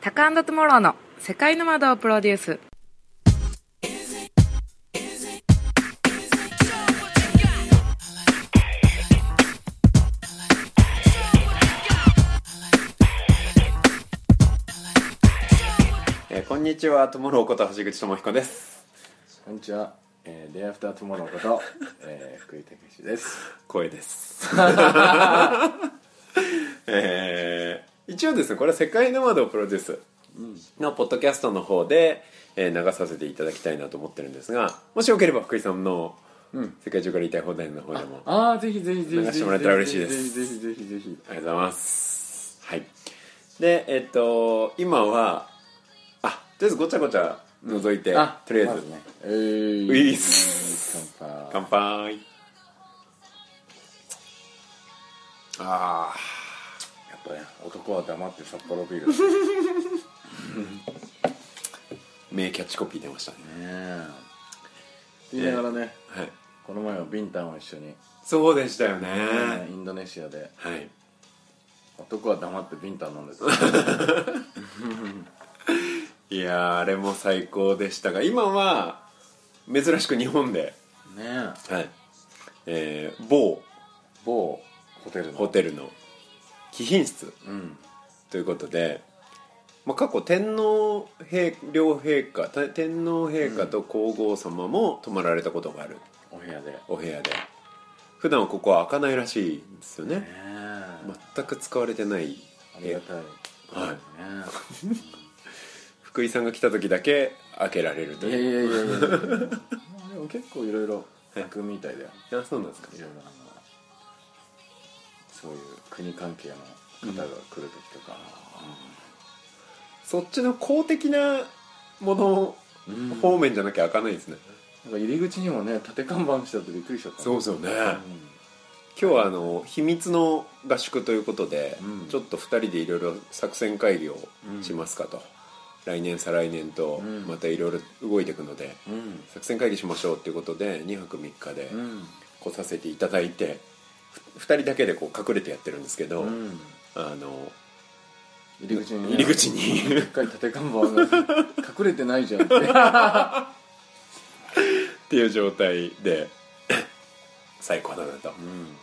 タカトモローの世界の窓をプロデュース。えーこんにちはトモローこと橋口智彦ですこんにちは、えー、デイアフタートゥモローこと、えー、福井武史です。声です えー一応ですねこれは「世界の窓をプロデュース」のポッドキャストの方で、えー流させていただきたいなと思ってるんですがもしよければ福井さんの世界中から言いたい放題の方でもああ、ぜひぜひぜひぜひ流してもらえたら嬉しいですぜひぜひぜひぜひ。ありがとうございますはいでえっと今はあとりあえずごちゃごちゃ覗いて、とりあえず、まずね。えー、ウィス乾杯。乾杯ああやっぱね、男は黙って札幌ビール。ね名キャッチコピー出ましたねえ。って言いながらね、はいこの前はビンタンを一緒に、そうでしたよね、インドネシアで、はい男は黙ってビンタン飲んでた。いやーあれも最高でしたが今は珍しく日本で、ねえ。はいえー某某ホテルの。ホテルの貴賓室うん。ということで、まあ、過去天皇陛両陛下た天皇陛下と皇后様も泊まられたことがあるお部屋で。ねお部屋で普段はここは開かないらしいんですよねえ。あ全く使われてないりがたい。はいねえ福井さんが来た時だけ開けられるといやいいう やいやいやでも結構いろいろ楽みたいだよあそうなんですかいろいろあのそういう国関係の方が来る時とか、そっちの公的なものうんなんか方面じゃなきゃ開かないんですね、入り口にもね縦看板してあってびっくりしちゃったねそうですよねうん今日はあの秘密の合宿ということで、うんちょっと2人でいろいろ作戦会議をしますかと、来年再来年とうんまたいろいろ動いていくので、うん作戦会議しましょうということで2泊3日でうん来させていただいて、ふ2人だけでこう隠れてやってるんですけど、うんあの入り口に、ね、入り口にでっかい縦看板が隠れてないじゃんって っていう状態で 最高だなと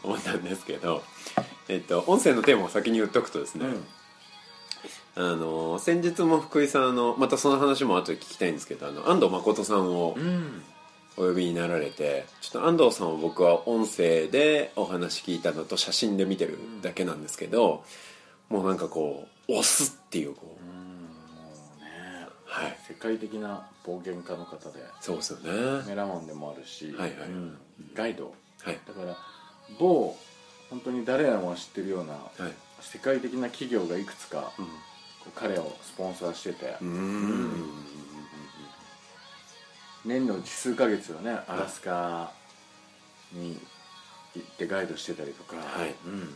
思ったんですけど、えっと、音声のテーマを先に言っとくとですね、あの先日も福井さんのまたその話も後で聞きたいんですけどあの安藤誠さんをうんお呼びになられてちょっと安藤さんを僕は音声でお話聞いたのと写真で見てるだけなんですけどもうなんかこう押すっていうこう、もうねはい世界的な冒険家の方でそうですよねメラモンでもあるし、はいはいうんガイドはいだから某本当に誰でも知ってるようなはい世界的な企業がいくつか、うんこう彼をスポンサーしてて、うーん年のうち数ヶ月はねアラスカに行ってガイドしてたりとか、はいうん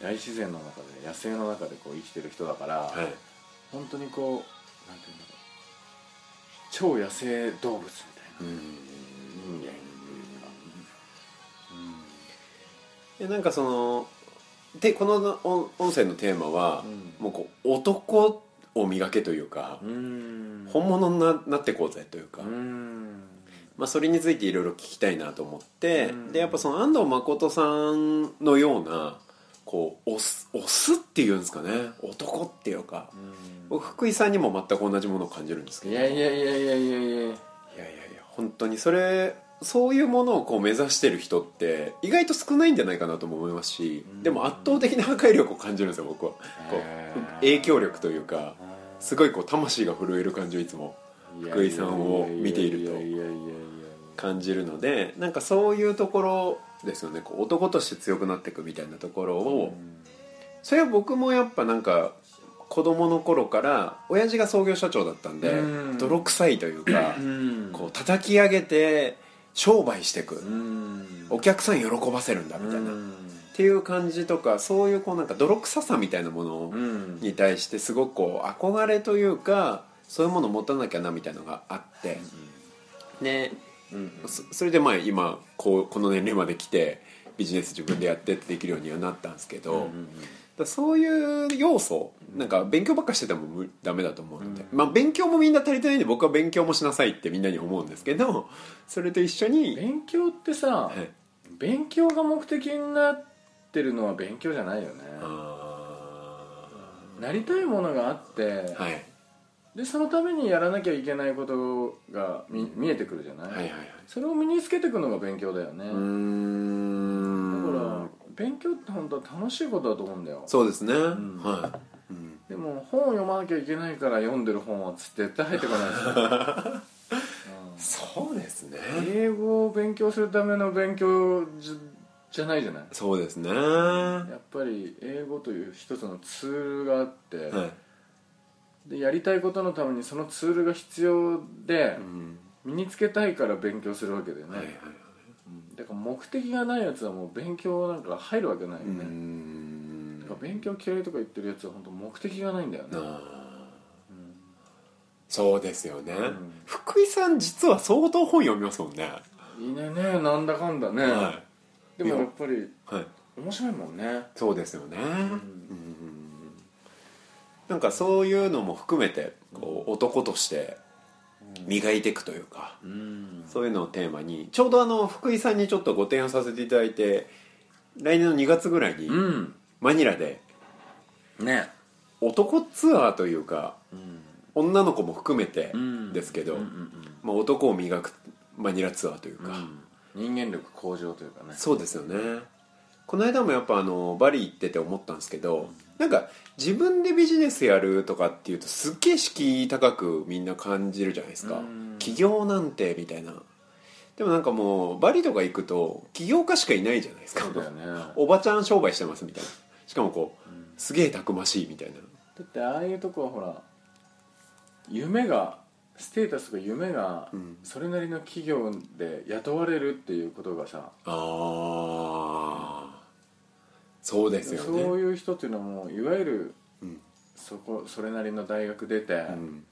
大自然の中で野生の中でこう生きてる人だから、はい本当にこうなんていうんだろう超野生動物みたいな人間というか、でなんかそのでこの音音声のテーマは、うんもうこう男を磨けというか、うん本物にななってこうぜというか、うんまあ、それについていろいろ聞きたいなと思って、うんでやっぱその安藤誠さんのようなこう押す押すっていうんですかね男っていうか、僕福井さんにも全く同じものを感じるんですけいどやいやいやいやいやいやいやいやいや本当にそれそういうものをこう目指してる人って意外と少ないんじゃないかなとも思いますしうんでも圧倒的な破壊力を感じるんですよ僕はこへうー影響力というかあすごいこう魂が震える感じをいつもー福井さんを見ているとややいやいやいやいや感じるのでなんかそういうところですよねこう男として強くなっていくみたいなところをそれは僕もやっぱなんか子供の頃から親父が創業社長だったんでうん泥臭いというかうんこう叩き上げて商売していく。うんお客さん喜ばせるんだみたいな、うっんていう感じとかそういうこうなんか泥臭さみたいなものうんに対してすごくこう憧れというかそういうものを持たなきゃなみたいなのがあって、ねうんそそれでまあ今こうこの年齢まで来てビジネス自分でやってってできるようにはなったんですけど、うんらそういう要素なんか勉強ばっかしてても無ダメだと思うので、まあ、勉強もみんな足りてないんで僕は勉強もしなさいってみんなに思うんですけどそれと一緒に勉強ってさ、はい勉強が目的になってるのは勉強じゃないよねあなりたいものがあって、ーはいでそのためにやらなきゃいけないことが見見えてくるじゃない、はいはいはいそれを身につけていくのが勉強だよね、うーんだから勉強って本当は楽しいことだと思うんだよそうですね、んはい、うんでも本を読まなきゃいけないから読んでる本は絶対入ってこないし、そうですねうん英語を勉強するための勉強じじゃないじゃないそうですねはやっぱり英語という一つのツールがあって、い、でやりたいことのためにそのツールが必要で、身につけたいから勉強するわけだよね、はいはいうんだから目的がないやつはもう勉強なんか入るわけないようーね、んだから勉強嫌いとか言ってるやつは本当目的がないんだよねあーそうですよね、ん福井さん実は相当本読みますもんね、いいねねなんだかんだね、はでもやっぱりい、はい、面白いもんねそうですよね、うんなんかそういうのも含めてこう男として磨いていくというか、うんそういうのをテーマにちょうどあの福井さんにちょっとご提案させていただいて来年の2月ぐらいにうんマニラでね男ツアーというかうん女の子も含めてうんですけど、うんうんまあ、男を磨くマニラツアーといううか、ん人間力向上というかねそうですよねこの間もやっぱあのバリ行ってて思ったんですけどなんか自分でビジネスやるとかっていうとすっげえ敷居高くみんな感じるじゃないですかうん起業なんてみたいなでもなんかもうバリとか行くと起業家しかいないじゃないですかそうだよねだおばちゃん商売してますみたいなしかもこうすげえたくましいみたいなってああいうとこはほら夢がステータスとか夢がうんそれなりの企業で雇われるっていうことがさああそうですよそねういう人っていうのはもういわゆるうんそこそれなりの大学出て、うん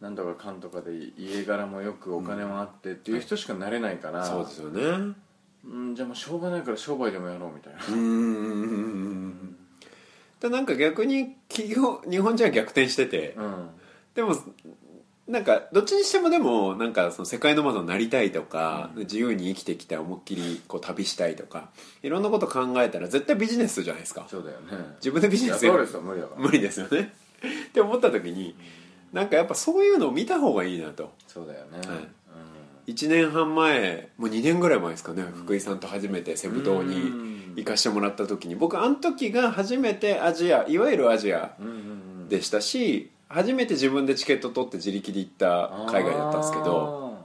なんとかかんとかで家柄もよくお金もあってっていう人しかなれないから、そうですよねうん、じゃあもうしょうがないから商売でもやろうみたいなうーんでなんか逆に企業日本人は逆転してて、うんでもなんかどっちにしてもでもなんかその世界の窓になりたいとか、自由に生きてきたい思いっきりこう旅したいとかいろんなこと考えたら絶対ビジネスじゃないですかそうだよね自分でビジネスや雇われるてたら無理だから無理ですよね って思った時になんかやっぱそういうのを見た方がいいなとそうだよね、はい1年半前もう2年ぐらい前ですかね福井さんと初めてセブ島に行かしてもらった時に僕あの時が初めてアジアいわゆるアジアうんうんうんでしたし初めて自分でチケット取って自力で行った海外だったんですけど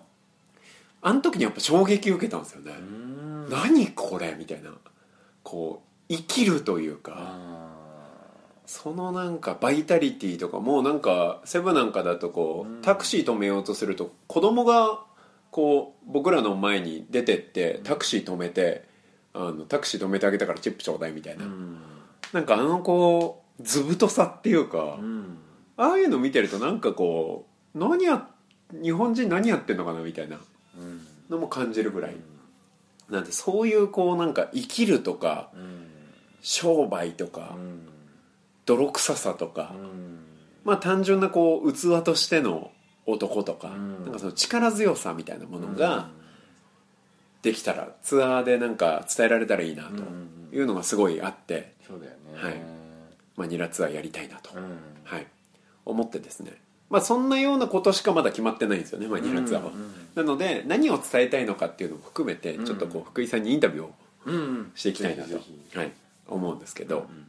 あの時にやっぱ衝撃受けたんですよねあーう、ん何これみたいなこう生きるというか、あそのなんかバイタリティとかもうなんかセブなんかだとこう、うんタクシー止めようとすると子供がこう僕らの前に出てってタクシー止めてあのタクシー止めてあげたからチップちょうだいみたいーな、うんなんかあのこう図太さっていうか、うんああいうの見てるとなんかこう何や日本人何やってんのかなみたいなうんのも感じるぐらい、なんでそういうこうなんか生きるとかうん商売とか、うん泥臭さとか、うんまあ単純なこう器としての男とか、うんなんかその力強さみたいなものができたら、ツアーでなんか伝えられたらいいなというのがすごいあってそうだよねはいマニラツアーやりたいなと、うんはい、思ってですねまあそんなようなことしかまだ決まってないんですよねマニラツアーは、うんうんなので何を伝えたいのかっていうのも含めてちょっとこう福井さんにインタビューをうんしていきたいなと、ぜひぜひはい、思うんですけど、ん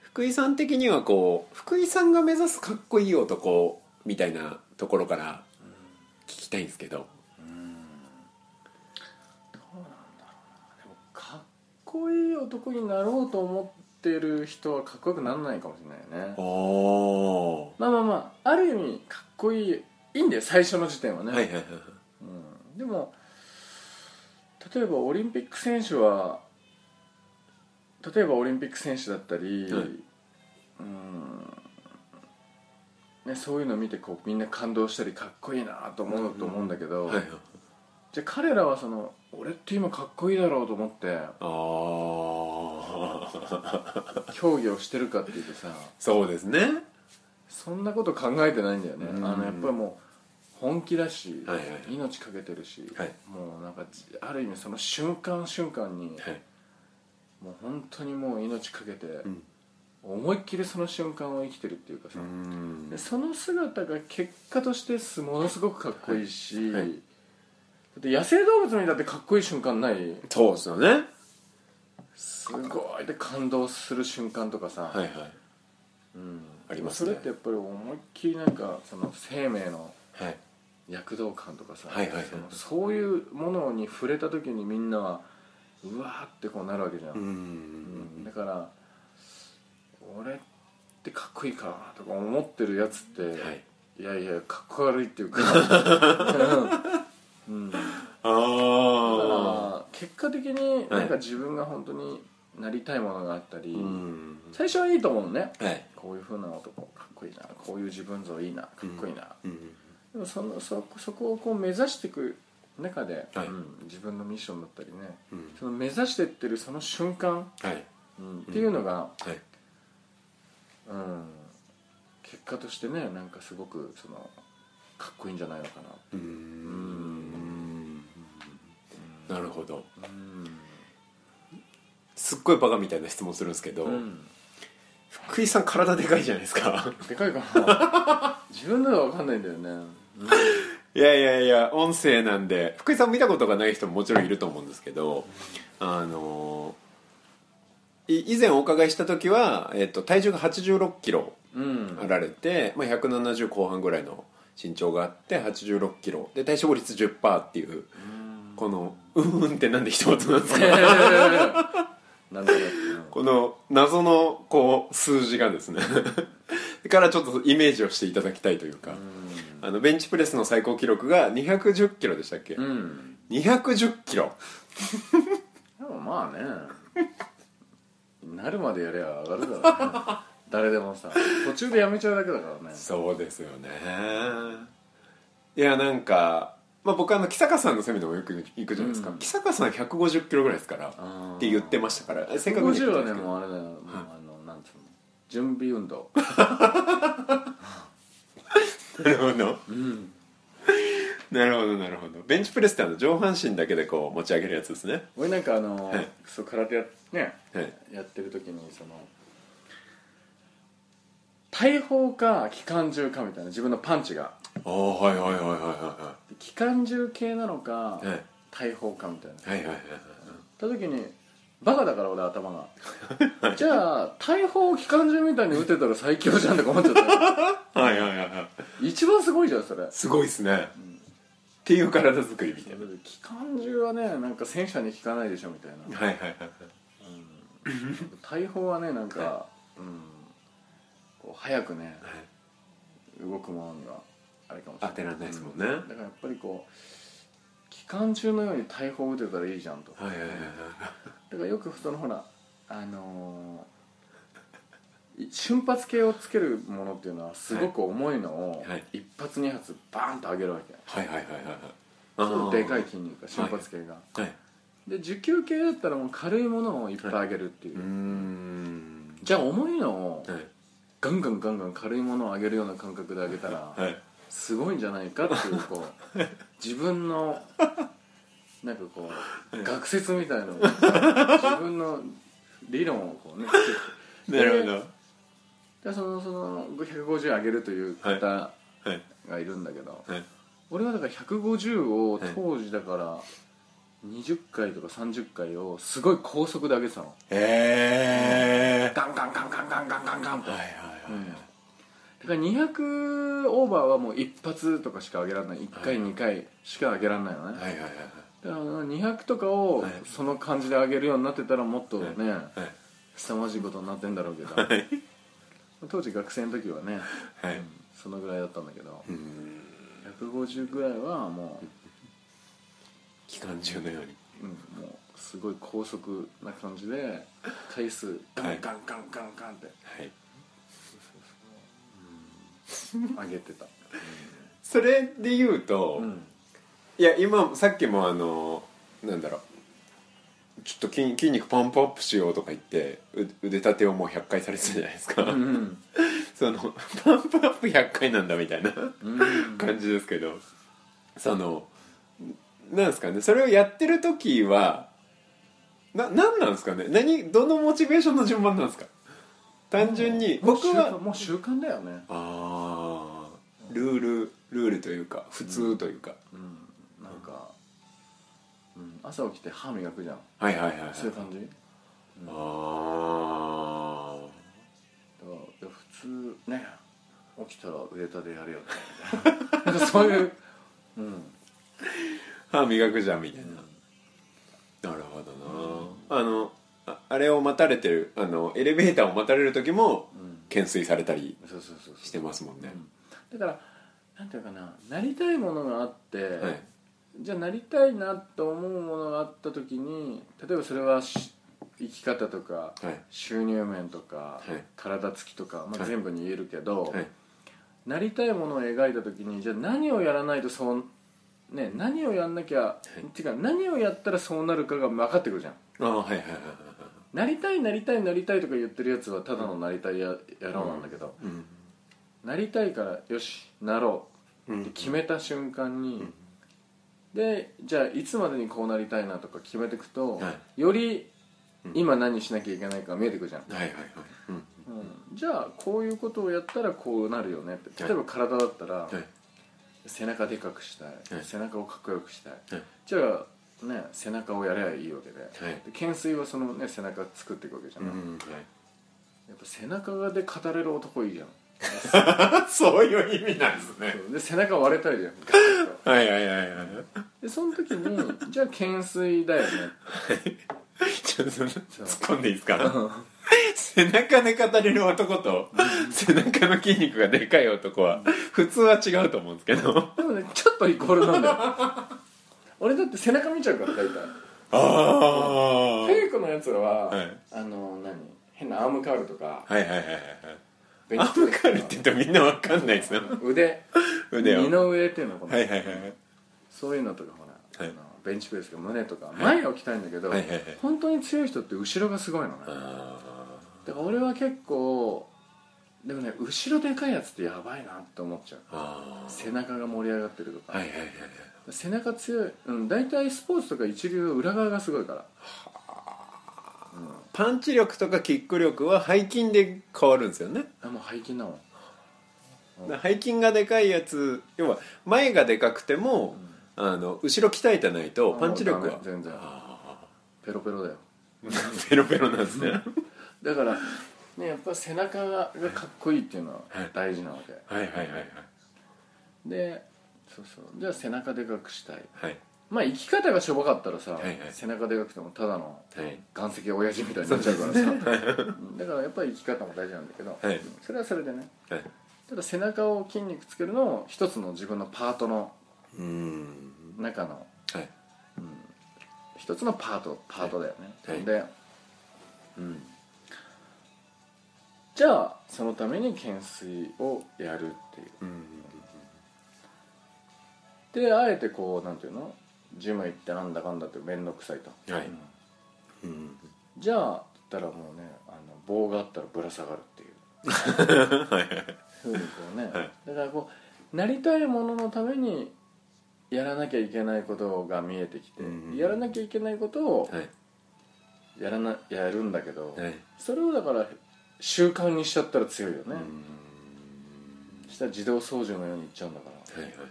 福井さん的にはこう福井さんが目指すかっこいい男みたいなところから聞きたいんですけど、かっこいい男になろうと思ってる人はかっこよくならないかもしれないよねおまあまあまあある意味かっこいいいいんだよ最初の時点はね、はいはいはいうん、でも例えばオリンピック選手は例えばオリンピック選手だったり、はいうんね、そういうのを見てこうみんな感動したりかっこいいなと思うと思うんだけど、はいはいじゃあ彼らはその俺って今かっこいいだろうと思ってああ競技をしてるかっていうとさそうですねそんなこと考えてないんだよね、うんあのやっぱりもう本気だし、はいはいはい命かけてるし、はいもうなんかじある意味その瞬間瞬間に、はいもう本当にもう命かけて、ん思いっきりその瞬間を生きてるっていうかさ、うんでその姿が結果としてすものすごくかっこいいし、はいはいだって野生動物にだってかっこいい瞬間ないそうですよねはいすごいで感動する瞬間とかさ、はいうん、ありますねそれってやっぱり思いっきりなんかその生命のはい躍動感とかさ、はいはいはいそのそういうものに触れた時にみんなはうわーってこうなるわけじゃん、ううんだんから俺ってかっこいいかなとか思ってるやつって、はいい、やいやかっこ悪いっ ていうか、うん、だかああら結果的になんか自分が本当になりたいものがあったり、うん最初はいいと思うのねはいこういうふうな男かっこいいなこういう自分像いいなかっこいいな、うんでもそのそそこをこう目指していく中で、はいうん自分のミッションだったりねうんその目指してってるその瞬間、はいうんっていうのが、はいうん、結果としてねなんかすごくそのかっこいいんじゃないのかな、うーんなるほどうんすっごいバカみたいな質問するんですけど、うん福井さん体でかいじゃないですかでかいかな 自分では分かんないんだよね、うんいやいやいや音声なんで福井さん見たことがない人ももちろんいると思うんですけどあのい以前お伺いした時は、えっと、体重が8 6キロ うんあられて、まあ、170後半ぐらいの身長があって8 6キロで体脂肪率10%っていうこの「うーん」ってなんで一言なんですかなんだろうこの謎のこう数字がですね からちょっとイメージをしていただきたいというか、あのベンチプレスの最高記録が210キロでしたっけ、うん、うん、 210キロでもまあねなるまでやりゃ上がるだろうね誰でもさ途中でやめちゃうだけだからねそうですよねいやなんか、まあ、僕あの木坂さんのセミナーもよく行くじゃないですか、うん木坂さん150キロぐらいですからあーって言ってましたから正確に言150ってないはねですけどもうあれだよ、もうあのなんつうの準備運動なるほどうんなるほどなるほどベンチプレスってあの上半身だけでこう持ち上げるやつですね俺なんかあの、はいそう空手や,、ね、はいやってる時にその大砲か機関銃かみたいな自分のパンチがああはいはいはいはいは機関銃系なのか、いはい大砲かみたいなはいはいはいはいった時にバカだから俺頭がじゃあ大砲を機関銃みたいに撃てたら最強じゃんとか思っちゃったはいはいはいはい一番すごいじゃんそれすごいですね、っていう体作りみたいな機関銃はねなんか戦車に効かないでしょみたいなはいはいはい大砲はねなんか、うんこう早くねはい動くものにはあれかもし当れないてられないですもんね、だからやっぱりこう機関銃のように大砲を撃てたらいいじゃんとはいはいはいはいだからよくそのほらあのーい瞬発系をつけるものっていうのはすごく重いのをはい一発二発バーンと上げるわけ、はいはいはいはいちょっとでかいは筋肉が瞬発系が、いで受給系だったらもう軽いものをいっぱい上げるっていうう、ーんじゃあ重いのをはいガンガンガンガン軽いものを上げるような感覚で上げたらはいすごいんじゃないかっていうこう 自分のなんかこう学説みたいなのを自分の理論を こうねなるほどでそのその150上げるという方はいがいるんだけど、はい俺はだから150をはい当時だから20回とか30回をすごい高速で上げてたのえガンガンガンガンガンガンガンガンーと、はいはいうんだから200オーバーはもう一発とかしか上げられない1回はい2回しか上げられないのね、はいはいはいだから200とかをはいその感じで上げるようになってたらもっとね、はい凄まじいことになってんだろうけど、 はい当時学生の時はねはいはいそのぐらいだったんだけど、うーん150ぐらいはも機関銃のようにう,、うん、もうすごい高速な感じで回数ガンガンガンガンガンってはい上げてた、それで言うと、うん、いや今さっきもあのなんだろうちょっと筋筋肉パンプアップしようとか言ってう腕立てをもう100回されてたじゃないですか、うんうん そのパンプアップ100回なんだみたいなうん感じですけどそのなんですかねそれをやってる時はな何なんですかね何どのモチベーションの順番なんですか単純に僕もうは習慣もう習慣だよねあールールルールというか普通というか、うんなんか、うん、朝起きて歯磨くじゃんはいはいはいはいそういう感じだかあーらいや普通ね起きたら腕立てやれよっ てなんかそういううん歯磨くじゃんみたいな、なるほどな、あのああれを待たれてるあのエレベーターを待たれる時もうん懸垂されたりそうそうそうそうしてますもんね、うんだからなんていうかななりたいものがあって、はいじゃあなりたいなと思うものがあった時に例えばそれはし生き方とか、はい収入面とか、はい体つきとか、まあ、はい全部に言えるけど、はいなりたいものを描いた時にじゃあ何をやらないとそうね何をやんなきゃ、っていうか何をやったらそうなるかが分かってくるじゃんああはいはいはいはいなりたいなりたいなりたいとか言ってるやつはただのなりたいや野郎なんだけど、うんなりたいからよしなろううってん決めた瞬間に、でじゃあいつまでにこうなりたいなとか決めていくと、はより今何しなきゃいけないかが見えてくるじゃん、はいはいはいうんうんじゃあこういうことをやったらこうなるよねって例えば体だったら、はい背中でかくしたい、はい背中をかっこよくしたい、はいじゃあね背中をやればいいわけで,、はいで懸垂はそのね背中作っていくわけじゃ、うんんやっぱ背中で語れる男いいじゃんはい そういう意味なんですねそうで背中割れたいじゃんガーッとはいはいはいはいでその時にじゃあ懸垂だよね ちょっと突っ込んでいいですか背中で語れる男と背中の筋肉がでかい男は普通は違うと思うんですけどでもねちょっとイコールなんだよ俺だって背中見ちゃうから大体ああはい稽古のやつらは、はいあの何変なアームカールとかはいはいはいベアンチプーレムスカールって言うとみんなわかんないですよとか腕腕を二の腕っていうのこの、はいはいはいはいそういうのとかほら、はいあのベンチプレスとか胸とか前は置きたいんだけど、はいはいはい本当に強い人って後ろがすごいのねだかあら俺は結構でもね後ろでかいやつってやばいなって思っちゃうーあ背中が盛り上がってるとーか、はいはいはいはい背中強い、うん、大体スポーツとか一流は裏側がすごいからパンチ力とかキック力は背筋で変わるんですよねあもう背筋なもん背筋がでかいやつ要は前がでかくても、あの後ろ鍛えてないとパンチ力もうダはメ全然ペロペロだよペロペロなんですねだからねやっぱ背中がかっこいいっていうのは大事なわけ、はいはいはいはいでそうそうじゃあ背中でかくしたいはいまあ生き方がしょぼかったらさ、はいはい背中でかくてもただのはい岩石親父みたいになっちゃうからさ、うんだからやっぱり生き方も大事なんだけど、はいうんそれはそれでねはいただ背中を筋肉つけるのも一つの自分のパートのうーん中のはい一つのパートパートだよね、はいで、うん、じゃあそのために懸垂をやるっていううーんであえてこうなんていうのジム行ってなんだかんだって面倒くさいと、はいうんうーんじゃあだったらもうねあの棒があったらぶら下がるっていうはいふうにこうね、はいだからこうなりたいもののためにやらなきゃいけないことが見えてきて、うんやらなきゃいけないことをはいやらなやるんだけど、はいそれをだから習慣にしちゃったら強いよね、うーんしたら自動操縦のようにいっちゃうんだから、はいはいなる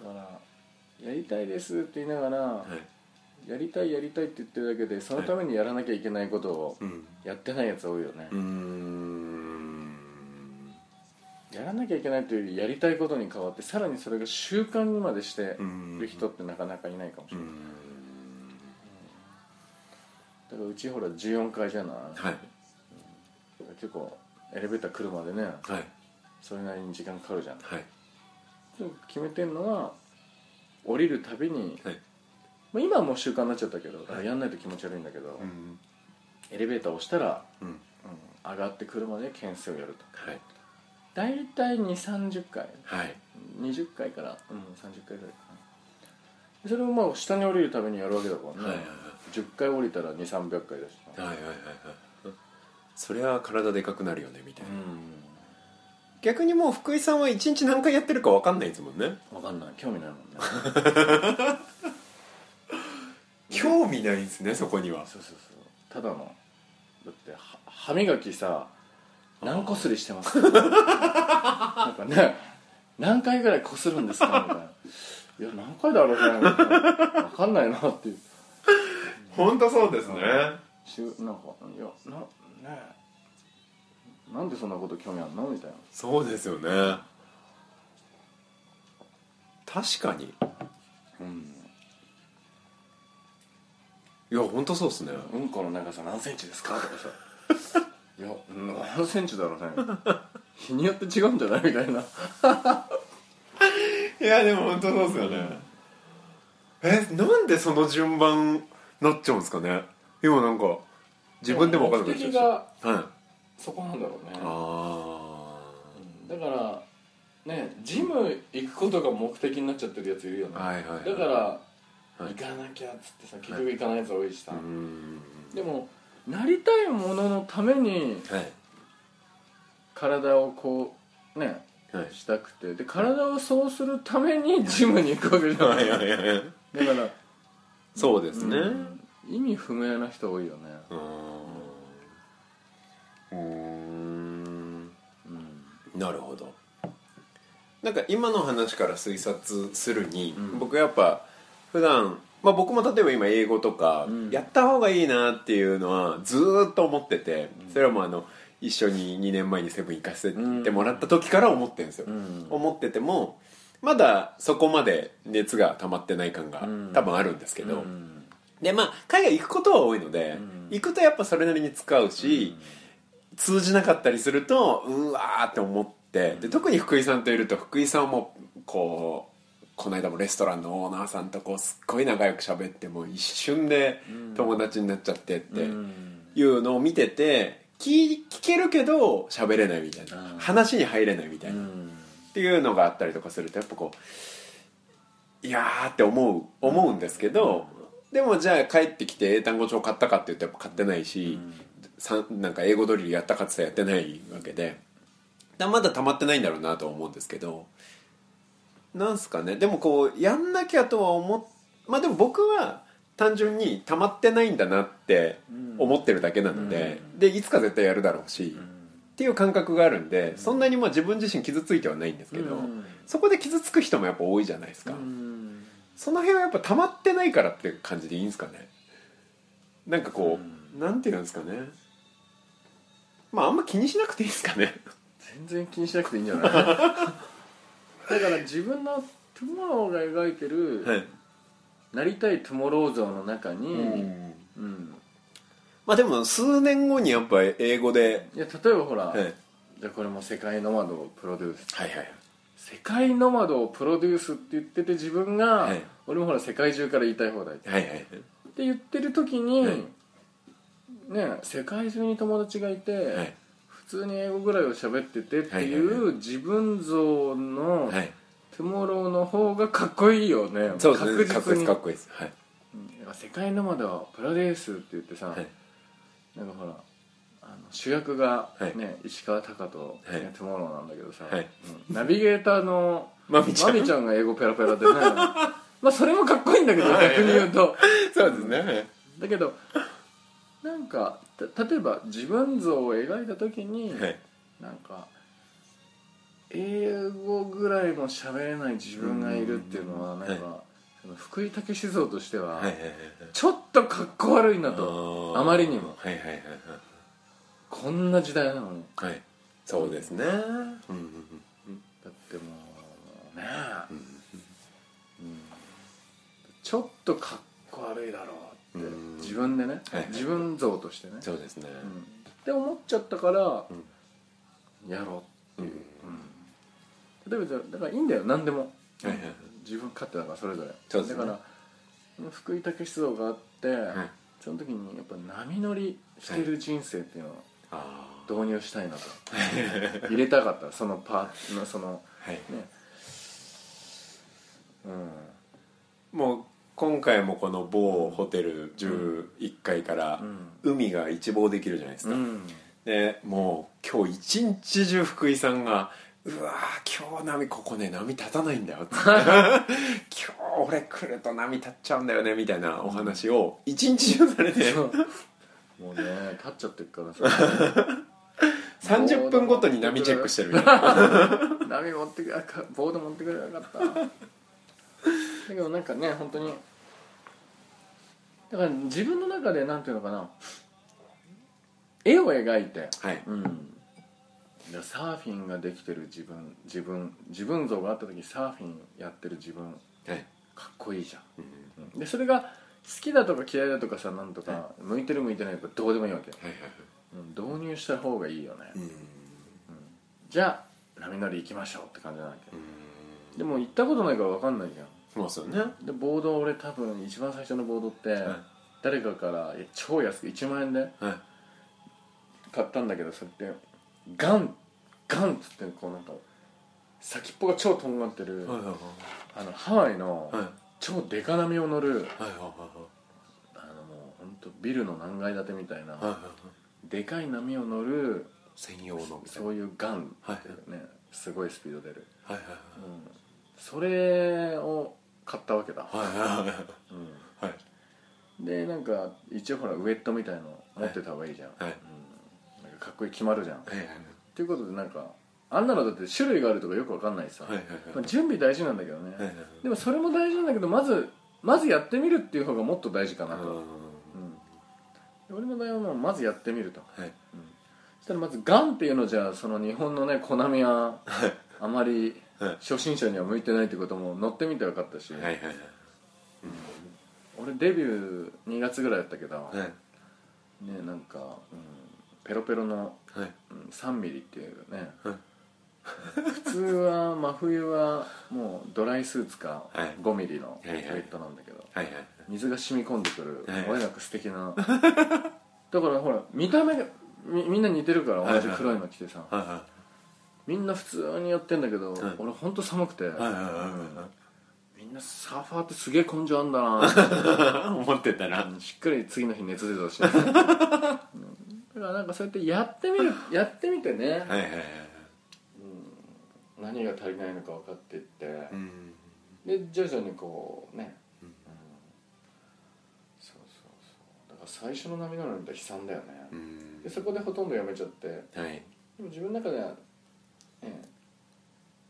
うほどなんだからやりたいですって言いながら、はいやりたいやりたいって言ってるだけでそのためにやらなきゃいけないことをうんやってないやつ多いよねうー、んやらなきゃいけないというよりやりたいことに変わってさらにそれが習慣にまでしてうーんる人ってなかなかいないかもしうーれない、んだからうちほら14階じゃない、はい結構エレベーター来るまでねはいそれなりに時間かかるじゃんはい決めてんのは降りるたびに、はいまあ、今はもう習慣になっちゃったけどだからやんないと気持ち悪いんだけど、んエレベーター押したら、うんうん上がってくるまで牽制をやるとはい大体2 3 0回はい20回から、うん、30回ぐらいかなそれをまあ下に降りるためにやるわけだからね、はいはい10回降りたら2300回だしなはいはいはいはいそれは体でかくなるよねみたいな、う逆にもう福井さんは一日何回やってるか分かんないですもんねん分かんない興味ないもんね興味ないんですねそこにはそうそうそうただのだっては歯磨きさ何こすりしてますなんかね何回ぐらいこするんですかみたいないや何回だろうねみたいな分かんないなっていう本当そうですねしゅなんかいやなねえなんでそんなこと興味あんのみたいなそうですよね確かにうんいや本当そうですねうんこの長さ何センチですかとかさ いや何センチだろうね日によって違うんじゃないみたいないやでも本当そうですよねえなんでその順番なっちゃうんですかね今なんか自分でも分かんなくなっちゃうしはいそこなんだろうねあだからねジム行くことが目的になっちゃってるやついるよね、あはいはいはいだから、はい行かなきゃっつってさ結局行かないやつ多いしさ、うんでもなりたいもののためにはい体をこうねはいしたくてで体をそうするためにジムに行くわけじゃな いだかいはいらそうですねうん意味不明な人多いよねうーんうんなるほどなんか今の話から推察するに、うん僕やっぱ普段まあ僕も例えば今英語とかうんやった方がいいなっていうのはずーっと思っててそれはもうあの一緒に2年前にセブン行かせてもらった時から思ってるんですよ、うん思っててもまだそこまで熱が溜まってない感がうん多分あるんですけど、うんでまあ海外行くことは多いので、うん行くとやっぱそれなりに使うし、通じなかったりするとうわーって思ってで特に福井さんといると福井さんもこうこの間もレストランのオーナーさんとこうすっごい仲良く喋ってもう一瞬で友達になっちゃってってうんいうのを見てて聞聞けるけど喋れないみたいなうん話に入れないみたういな。んっていうのがあったりとかするとやっぱこういやーって思う思うんですけど、でもじゃあ帰ってきて英単語帳買ったかって言うとやっぱ買ってないし、さんなんか英語ドリルやったかって言ったらやってないわけでだまだ溜まってないんだろうなとは思うんですけどなんすかねでもこうやんなきゃとは思っまあでも僕は単純に溜まってないんだなって思ってるだけなので、でいつか絶対やるだろうし、っていう感覚があるんで、そんなにまあ自分自身傷ついてはないんですけど、うんそこで傷つく人もやっぱ多いじゃないですか、うんその辺はやっぱ溜まってないからって感じでいいんですかねなんかこう、なんていうんですかねまああんま気にしなくていいですかね全然気にしなくていいんじゃないだから自分のトゥモローが描いてる、はい、なりたいトゥモロー像の中に、うん、うんまあでも数年後にやっぱ英語で、いや例えばほら、はい、はいじゃあこれも「世界ノマドをプロデュースはいはい」世界ノマドをプロデュースって言ってて自分が、はい俺もほら世界中から言いたい放題ってはいはい言ってる時に、はいね世界中に友達がいて、はい普通に英語ぐらいを喋っててってい、はいはいう自分像の、はいトゥモローの方がかっこいいよねそうですねかっこいいで確実すにかっこいいですはいうん世界ノマドをプロデュースって言ってさ、はいなんかほらあの主役が、はいね石川貴人、はいねトゥモローなんだけどさ、はいうんナビゲーター のまみちゃんマミちゃんが英語ペラペラでね まあそれもかっこいいんだけどはい逆に言うとそうですねはいだけどなんかた例えば自分像を描いた時に、はいなんか英語ぐらいも喋れない自分がいるっていうのはうんなはんいか、その福井武像としては、はいはいはいちょっとかっこ悪いなとあーあまりにもはいはいはいこんな時代なのにはいはいそうですねうんうんうんだってもうねえ、うんちょっとかっこ悪いだろうってうん自分でね、はい自分像としてね、そうですねうんって思っちゃったから、やろうんう例えばじゃあだからいいんだよ何でもはいはいはい自分勝手だからそれぞれそうですねだから福井武像があって、はいその時にやっぱ波乗りしてる人生っていうのはあ導入した いなと入れたかったそのパーツのそのあはいねうんもう今回もこの某ホテル11階から海が一望できるじゃないですか、うんでもう今日一日中福井さんが「うわー今日波ここね波立たないんだよ」 つって今日俺来ると波立っちゃうんだよね」みたいなお話を一日中されてそうもうね立っちゃってるからさ 30分ごとに波チェックしてるみたい な波持ってくれボード持ってくれなかっただけどなんかね本当にだから自分の中でなんていうのかな絵を描いてはいうんだからサーフィンができてる自分自分自分像があった時サーフィンやってる自分はいかっこいいじゃんうんでそれが好きだとか嫌いだとかさなんとか向いてる向いてないとかどうでもいいわけ、はいはいはいうん、導入した方がいいよね、うんじゃあ波乗り行きましょうって感じなわけ、でも行ったことないから分かんないじゃそうですよねんでボード俺多分一番最初のボードって、は誰かからいや超安く1万円でいはい買ったんだけどそれってガンガンっつってこうなんか先っぽが超とんがってる、はいはいはいあのハワイのはい超デカ波を乗る、はいはいはあのもうほんとビルの何階建てみたいな、いはいはいでかい波を乗る専用のみたいそなういうガンはいっていうね、すごいスピード出る、はいはいうん、それを買ったわけだ、はいはいはいうん、はいでなんか一応ほらウエットみたいの持ってた方がいいじゃん、はいうん、なんかかっこいい決まるじゃん、はいはいということでなんかあんなのだって種類があるとかよくわかんないしさ、はいはいまあ、準備大事なんだけどね、はいはいはいでもそれも大事なんだけどまずまずやってみるっていう方がもっと大事かなと、うん、俺の場合はもうまずやってみるとはいそしたらまずガンっていうのじゃあその日本のねコナミはあまりはい初心者には向いてないってことも乗ってみて分かったし、はいはい俺デビュー2月ぐらいやったけど、はいねなんか、うん、ペロペロの、はいうん、3ミリっていうね、はい普通は真冬はもうドライスーツかはい5ミリのウいはいはいェットなんだけど、はいはい水が染み込んでくる、はいおいなんか素敵な だからほら見た目がみみんな似てるから同じ黒いの着てさ、はみんな普通にやってんだけど、ん俺ほんと寒くて、いはいはいはみんなサーファーってすげえ根性あんだ ないはい思ってたらしっかり次の日熱出たし、ね、うんだからなんかそうやってやってみるやってみてね、はいはいはい何が足りないのか分かっていって、うんで徐々にこうね、うんそうそうそうだから最初の波乗るのって悲惨だよね、うんでそこでほとんどやめちゃってではいも自分の中では、ね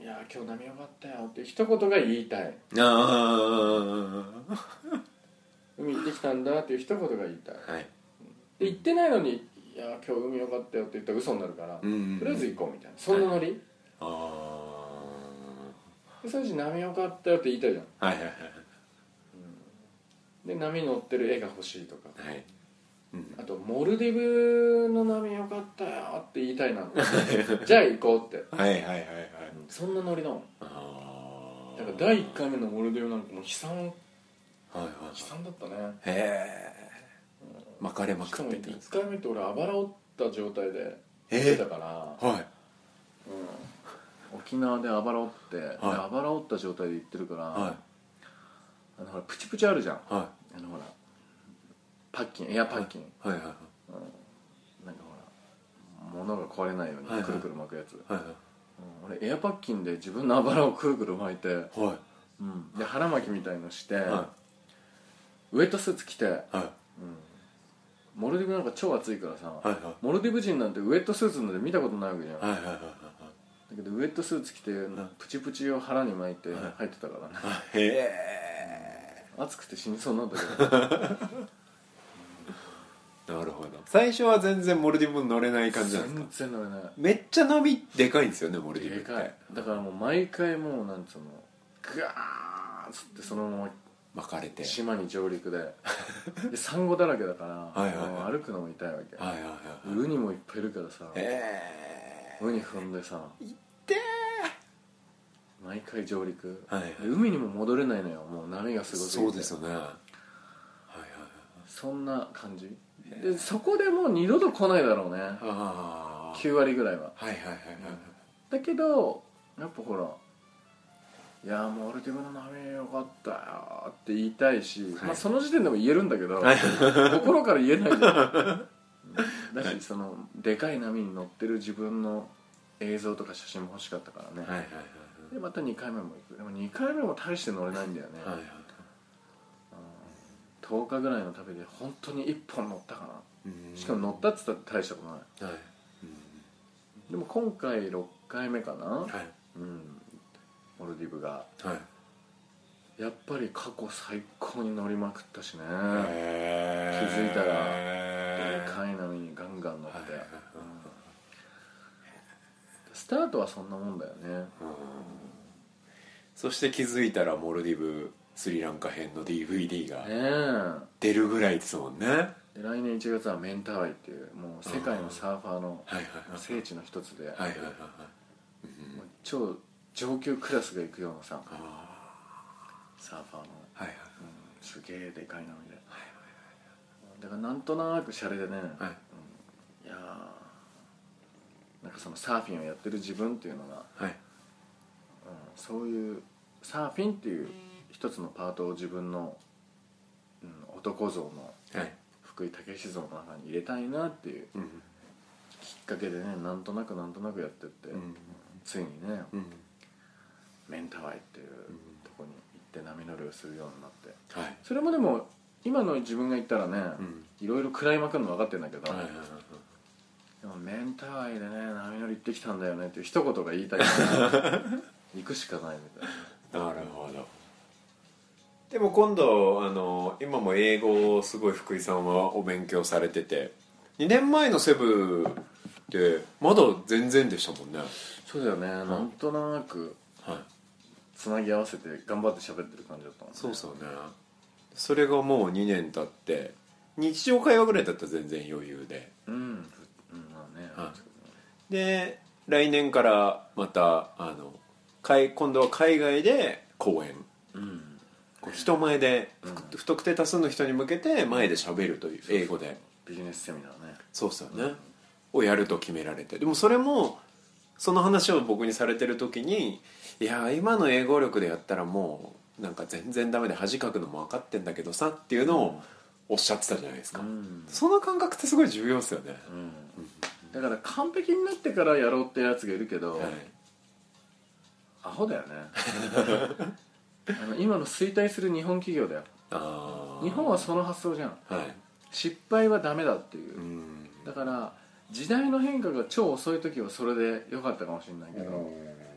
いやー今日波良かったよ」って一言が言いたいああ海行ってきたんだっていう一言が言いたいはいで行ってないのに「いや今日海良かったよ」って言ったら嘘になるから、うんとりあえず行こうみたいなそんなノリ、あでそのうち波良かったよって言いたいじゃんあはいはいで波乗ってる絵が欲しいとかはいはいうんあとモルディブの波良かったよって言いたいな じゃあ行こうってはいはいはいはいそんなノリだもんあだから第1回目のモルディブなんかもう悲惨悲あはいはい惨だったねへえ巻かれましかくっもてたんです1か回目って俺あばら折った状態でえ出たから、はいうん、沖縄であばら折って、であばら折った状態で行ってるから、はあのほらプチプチあるじゃんいはあのほらパッキンエアパッキン、いはいはいはいなんかほら物が壊れないようはいはいにくるくる巻くやつ、はいうん俺エアパッキンで自分のあばらをくるくる巻いて、はいうんで腹巻きみたいのして、はウエットスーツ着ていはいモルディブなんか超暑いからさ、はいはいモルディブ人なんてウエットスーツなんて見たことないわけじゃん、はいはいはいだけどウエットスーツ着てプチプチを腹に巻いて入ってたからね、はいへえ暑くて死にそうなんだけどなるほど最初は全然モルディブ乗れない 感じなんですか全然乗れないめっちゃ波でかいんですよねモルディブでってかいだからもう毎回もうなんつうのガーッつってそのま巻かれてま島に上陸ででサンゴだらけだからはいはいはいもう歩くのも痛いわけ、はいはいはいウニもいっぱいいるからさへえウニ踏んでさで毎回上陸、はいはいで海にも戻れないのよもう波がすごすぎてそうですよねはいはいはいそんな感じでそこでもう二度と来ないだろうねああ9割ぐらいははいはいはいはいだけどやっぱほら「いやもう俺自分の波よかったよ」って言いたいし、はいまあ、その時点でも言えるんだけど、はい 心から言えないじゃん うんだしそのでかい波に乗ってる自分の映像とか写真も欲しかったからはね、いはいはいでまた2回目も行くでも2回目も大して乗れないんだよね、はいはいはい10日ぐらいの旅で本当に1本乗ったかうんなしかも乗ったっつったって大したことないはいでも今回6回目かなうんはいうんモルディブがはいやっぱり過去最高に乗りまくったしね、へー気づいたらへでーかい波にガンガン乗って、はいはいはいうんスタートはそんなもんだよねそして気づいたらモルディブスリランカ編の DVD がね出るぐらいですもんねはいえで来年1月はメンタワイっていうもう世界のサーファーのはい聖地の一つで、はいはいはいはいもう超上級クラスが行くようなさあサーファーの、ーはいうんすげえでかい波で、だからなんとなくシャレでね、はいはいいやーなんかそのサーフィンをやってる自分っていうのが、はいうんそういうサーフィンっていう一つのパートを自分の、うん、男像のはい福井武史像の中に入れたいなっていううんきっかけでねなんとなくなんとなくやってって、うんついにね、うんメンタワイっていうとこに行って波乗りをするようになってはいそれもでも今の自分が行ったらね、うんいろいろ食らいまくるの分かってんだけど、はいはいはいでもメンタワイでね波乗り行ってきたんだよねっていう一言が言いた いから行くしかないみたいななるほどでも今度あの今も英語をすごい福井さんはお勉強されてて2年前のセブってまだ全然でしたもんねそうだよね、なんとなくはいつなぎ合わせて頑張って喋ってる感じだったもんねそうそうねそれがもう2年経って日常会話ぐらいだったら全然余裕でうん、うん、まあね、はいで来年からまたあの海今度は海外で公演うんこう人前で、ふくう不特定多数の人に向けて前で喋るという英語でビジネスセミナーねそうっすよね、をやると決められてでもそれもその話を僕にされてる時にいやー今の英語力でやったらもうなんか全然ダメで恥かくのも分かってんだけどさっていうのをおっしゃってたじゃないですか、うん、その感覚ってすごい重要ですよね、うん、だから完璧になってからやろうってやつがいるけど、はいア ホだよねあの今の衰退する日本企業だよあー日本はその発想じゃんはい失敗はダメだっていう、うんだから時代の変化が超遅い時はそれで良かったかもしれないけど、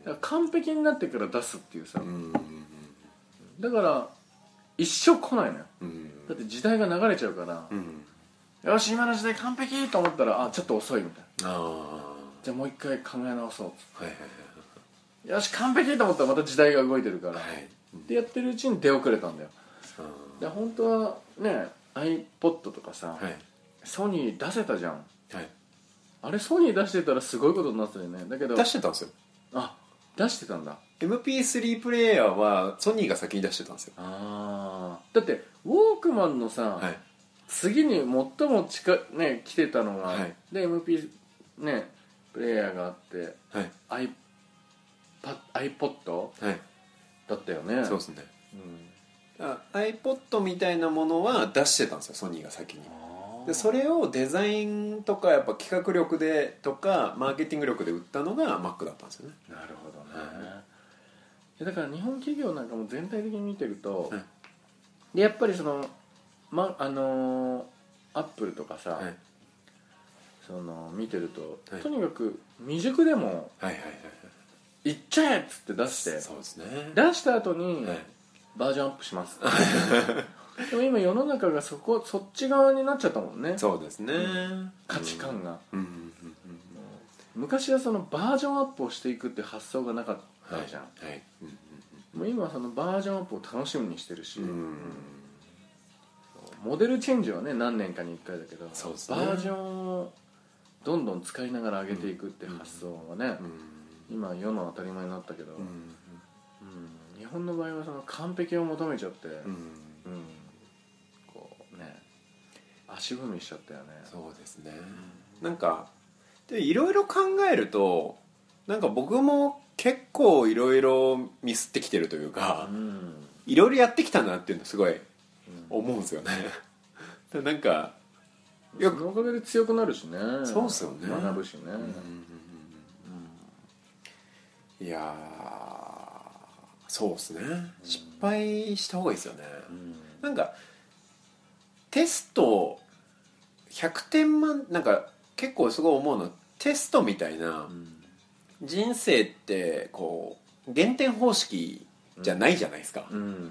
だから完璧になってから出すっていうさ、うんだから一生来ないのようんだって時代が流れちゃうからう、んよし今の時代完璧と思ったらあちょっと遅いみたいなああじゃあもう一回考え直そうっつっはいはいてよし完璧と思ったらまた時代が動いてるから、はいはいでやってるうちに出遅れたんだよあで本当はね iPod とかさ、ーはいソニー出せたじゃんはいあれソニー出してたらすごいことになってたよねだけど出してたんですよあ出してたんだ MP3 プレイヤーはソニーが先に出してたんですよあだってウォークマンのさ、はい次に最も近いね来てたのが、はいで MP ねプレイヤーがあってはい iPad iPod はいだったよねそうですねうんあ iPod みたいなものは出してたんですよソニーが先にででそれをデザインとかやっぱ企画力でとかマーケティング力で売ったのが Mac だったんですよねなるほどね、はいやだから日本企業なんかも全体的に見てると、はいでやっぱりその、ま、あのーアップルとかさ、はいその見てると、はいとにかく未熟でもはいはいはい「いっちゃえ!」っつって出してそうですね出した後に、はいバージョンアップします でも今世の中がそこそっち側になっちゃったもんねそうですね価値観が、うんうんうん昔はそのバージョンアップをしていくって発想がなかったじゃん、うんはいうんもう今はそのバージョンアップを楽しみにしてるし、うんモデルチェンジはね何年かに1回だけどそうですねバージョンをどんどん使いながら上げていくって発想はね、うん今世の当たり前になったけど、うんうん日本の場合はその完璧を求めちゃって、うんうんこうね足踏みしちゃったよねそうですねなんかでいろいろ考えるとなんか僕も結構いろいろミスってきてるというかうんいろいろやってきたなっていうのすごいうん思うんですよねで なんかよくそのおかげで強くなるしねそうっすよね学ぶしね、いやーそうですね失敗した方がいいですよねうんなんかテスト100点満なんか結構すごい思うのはテストみたいな人生ってこう減点方式じゃないじゃないですか、うん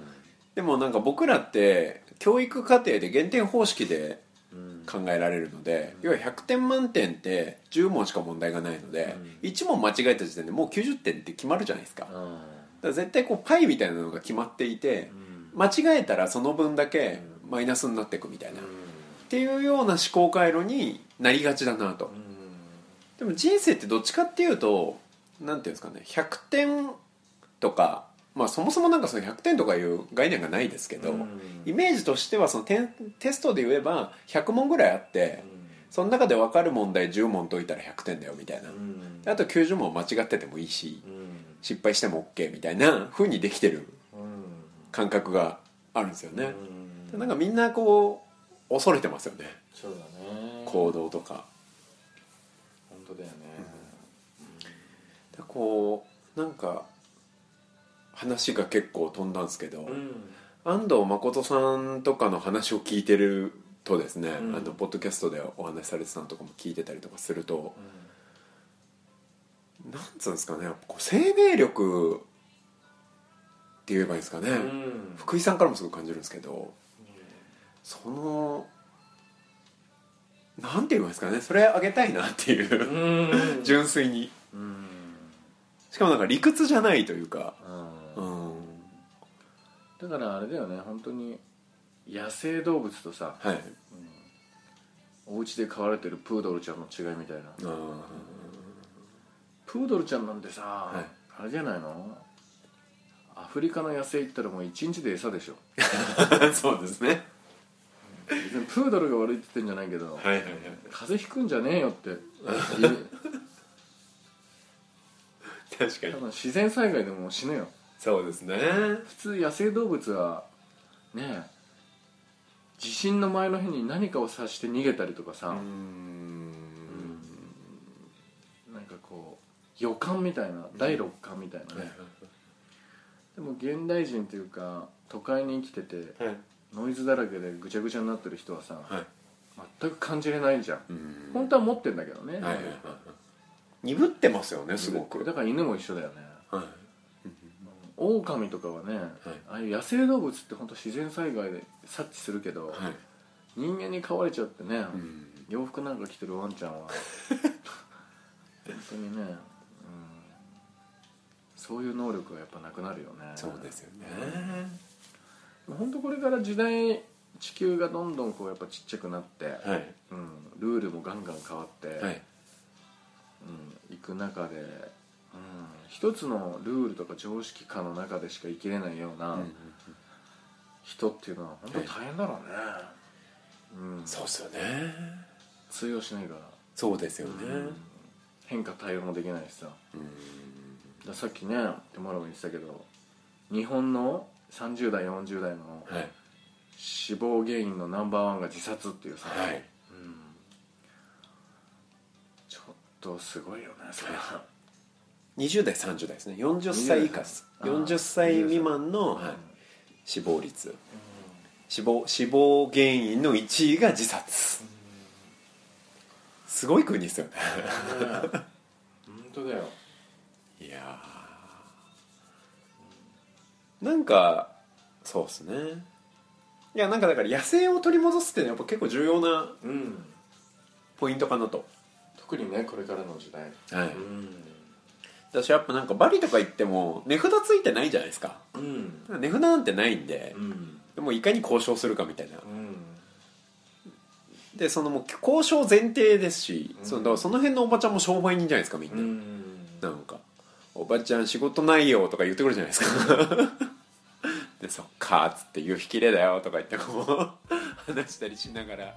でもなんか僕らって教育課程で減点方式でうん考えられるので、要は100点満点って10問しか問題がないので、うん1問間違えた時点でもう90点って決まるじゃないですか,、だかうんら絶対こうパイみたいなのが決まっていて、間違えたらその分だけマイナスになっていくみたいな、っていうような思考回路になりがちだなと、でも人生ってどっちかっていうとなんていうんですかね100点とかまあそもそもなんかその100点とかいう概念がないですけど、イメージとしてはそのテンテストで言えば100問ぐらいあって、その中で分かる問題10問解いたら100点だよみたいな、であと90問間違っててもいいし失敗しても OK みたいな風にできてる感覚があるんですよね、でなんかみんなこう恐れてますよねそうだね行動とか。本当だよねでこうなんか話が結構飛んだんですけど、安藤誠さんとかの話を聞いてるとですね、うんあのポッドキャストでお話しされてたのとかも聞いてたりとかすると、なんつうんですかねやっぱこう生命力って言えばいいんですかね、福井さんからもすごい感じるんですけどそのなんて言えばいいんですかねそれあげたいなっていう、純粋にしかもなんか理屈じゃないというかうんだからあれだよね本当に野生動物とさはいお家で飼われてるプードルちゃんの違いみたいなうんプードルちゃんなんてさ、はいあれじゃないのアフリカの野生行ったらもう一日で餌でしょ そうですね別にプードルが悪いって言ってんじゃないけど、はいはいはい風邪ひくんじゃねえよって いう確か多分自然災害でもう死ぬよそうですね普通野生動物はねえ地震の前の日に何かを察して逃げたりとかさ、うんなんかこう予感みたいな第六感みたいなね、でも現代人というか都会に生きててはいノイズだらけでぐちゃぐちゃになってる人はさ、はい全く感じれないじゃんうん本当は持ってんだけどね、はいはいはい鈍ってますよねすごくだから犬も一緒だよねはい狼とかはね、ああいう野生動物って本当自然災害で察知するけど、はい人間に飼われちゃってね、うん洋服なんか着てるワンちゃん は本当にね、うん、そういう能力がやっぱなくなるよねそうですよね本当これから時代地球がどんどんこうやっぱちっちゃくなって、はいうん、ルールもガンガン変わって、はいうん、行く中で、うん、一つのルールとか常識化の中でしか生きれないよううなん人っていうのは本当大変だろうね、うん、そうですよね通用しないから、そうですよねうん変化対応もできないしさだかうんらさっきね手もろも言ってたけど日本の30代40代のはい死亡原因のナンバーワンが自殺っていうさ、はいうん、ちょっとすごいよねそれは20代30代ですね40歳以下です20代40歳未満のうんはい死亡率死亡死亡原因の1位が自殺すごい国ですよねねえ本当だよいやーなんかそうですねいやなんかだから野生を取り戻すっていうのはやっぱ結構重要なうんポイントかなと、特にねこれからの時代はいうん私やっぱなんかバリとか行っても値札ついてないじゃないですかうん値札なんてないんでうんでもいかに交渉するかみたいなうんでそのもう交渉前提ですし、うんそのだからその辺のおばちゃんも商売人じゃないですか 음.みんな、うんなんか「おばちゃん仕事ないよ」とか言ってくるじゃないですか で「そっか」っつって「夕日綺麗だよ」とか言ってこう話したりしながら。